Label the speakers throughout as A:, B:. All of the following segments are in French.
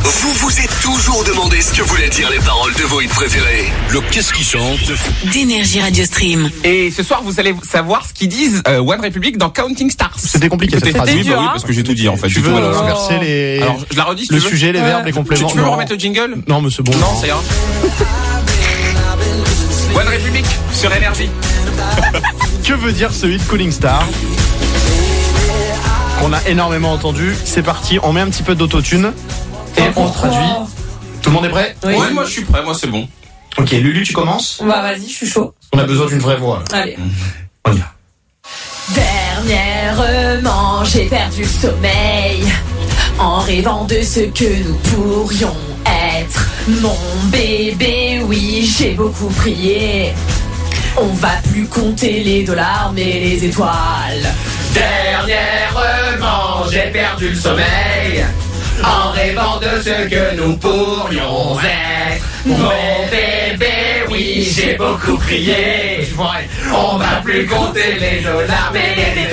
A: Vous vous êtes toujours demandé ce que voulaient dire les paroles de vos hits préférés. Le qu'est-ce qui chante
B: d'énergie Radio Stream.
C: Et ce soir, vous allez savoir ce qu'ils disent euh, One Republic dans Counting Stars.
D: C'était compliqué cette phrase.
C: C'était
E: oui,
C: dur,
E: bah oui,
C: hein
E: parce que j'ai tout dit en fait.
D: Tu
E: J'ai tout
D: veux
E: balancé.
D: euh, verser les.
C: Alors, je la redis si
D: le
C: tu veux.
D: sujet, les verbes, les compléments.
C: Tu peux me
D: Non.
C: remettre le jingle
D: Non, mais c'est bon.
C: Non, ça ira. One Republic sur énergie.
D: Que veut dire ce hit Cooling Star Qu'on a énormément entendu. C'est parti, on met un petit peu d'autotune et on traduit. Tout le monde est prêt
E: Oui.
C: Ouais, moi je suis prêt, moi c'est bon.
D: Ok, Lulu, tu commences
E: Bah vas-y, je suis chaud.
D: On a besoin d'une vraie voix. là.
E: Allez.
D: On y va.
F: Dernièrement, j'ai perdu le sommeil en rêvant de ce que nous pourrions être. Mon bébé, oui, j'ai beaucoup prié. On va plus compter les dollars mais les étoiles.
C: Dernièrement, j'ai perdu le sommeil en rêvant de ce que nous pourrions être. Mon bébé, Eh oui, j'ai beaucoup prié. On va plus compter les dollars, mais les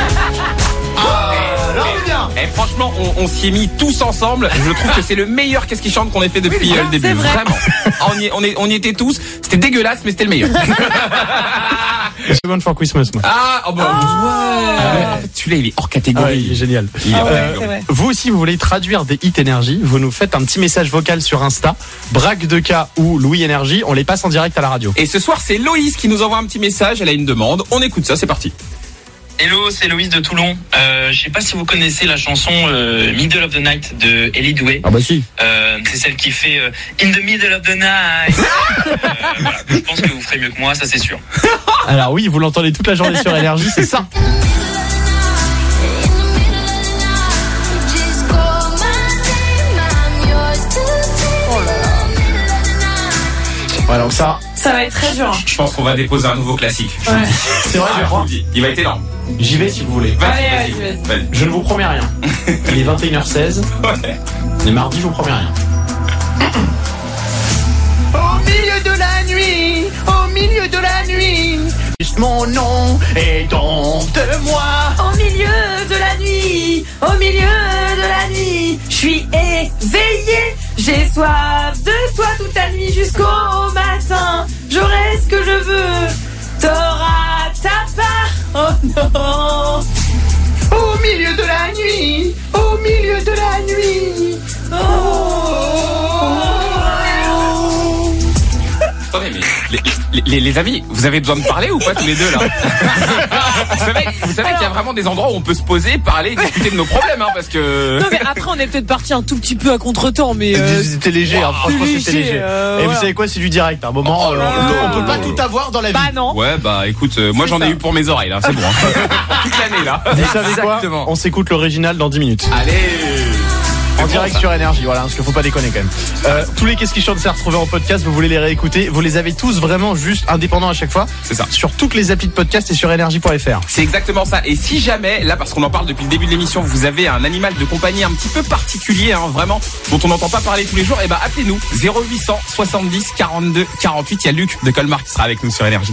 D: Alors, Oh, on est bien
C: Et Eh, franchement, on, on s'y est mis tous ensemble. Je trouve que c'est le meilleur qu'est-ce qui chante qu'on ait fait depuis euh, le début. Vraiment. Ah, On y, on, est- on y était tous. C'était dégueulasse, mais c'était le meilleur.
D: C'est bon for Christmas, moi.
C: ah, oh bah, Ah ouais, en fait, celui-là, il est hors
D: Ah ouais, il
C: catégorie.
D: est génial.
C: Il est hors
D: Euh,
C: catégorie.
D: Vous aussi, vous voulez traduire des hits énergie, vous nous faites un petit message vocal sur Insta, Braque de k ou Louis Énergie, on les passe en direct à la radio.
C: Et ce soir, c'est Loïs qui nous envoie un petit message. Elle a une demande. On écoute ça, c'est parti.
G: Hello, c'est Loïs de Toulon. Euh, je sais pas si vous connaissez la chanson euh, Middle of the Night de Ellie Doué.
D: Ah bah si.
G: Euh, c'est celle qui fait euh, In the Middle of the Night. Euh, voilà. Je pense que vous ferez mieux que moi, ça c'est sûr.
D: Alors oui, vous l'entendez toute la journée sur énergie, c'est ça. Voilà, donc ça,
E: Ça va être très dur. hein.
C: Je pense qu'on va déposer un nouveau classique. Je
E: Ouais.
D: c'est vrai, je
C: vous
D: crois.
C: le dis. Il va être énorme.
D: J'y vais si vous voulez.
C: Vas-y,
E: Allez,
C: vas-y.
E: allez,
C: Vas-y.
D: Je ne vous promets rien. Il est 21h16,
C: Ouais.
D: mais mardi, je vous promets rien.
E: Au milieu de la nuit, au milieu de la nuit,
D: Juste mon nom et donc de moi.
E: au milieu de la nuit, au milieu de la nuit, je suis éveillée, j'ai soif de toi toute la nuit jusqu'au matin, j'aurai ce que je veux, t'auras ta part, oh non. Au milieu de la nuit, au milieu de la nuit, oh.
C: Attendez, mais les, les- les- les amis, vous avez besoin de parler ou pas tous les deux là Vous savez, vous savez qu'il y a vraiment des endroits où on peut se poser, parler, discuter de nos problèmes, hein, parce que.
H: Non mais après on est peut-être parti un tout petit peu à contre-temps mais euh,
D: C'était léger, hein, franchement
H: léger,
D: c'était léger.
H: euh,
D: et vous
H: voilà. Oh
D: savez quoi, c'est du direct. À un moment, euh,
H: là
D: on,
H: là.
D: peut pas tout avoir dans la vie.
H: bah non.
C: Ouais, bah écoute, euh, moi
H: C'est
C: j'en ai
H: ça.
C: eu pour mes oreilles là, c'est bon. hein. Toute l'année là.
D: Vous savez quoi
C: Exactement.
D: On s'écoute l'original dans 10 minutes.
C: Allez
H: Ah,
D: En direct sur énergie, voilà, parce qu'il faut pas déconner quand même. Euh, tous les qu'est-ce qui chantent, c'est à retrouver en podcast, vous voulez les réécouter, vous les avez tous vraiment juste indépendants à chaque fois.
C: C'est ça.
D: Sur toutes les applis de podcast et sur énergie.fr.
C: C'est exactement ça. Et si jamais, là, parce qu'on en parle depuis le début de l'émission, vous avez un animal de compagnie un petit peu particulier, hein, vraiment, dont on n'entend pas parler tous les jours, eh ben appelez-nous 0800 70 42 48. Il y a Luc de Colmar qui sera avec nous sur Énergie.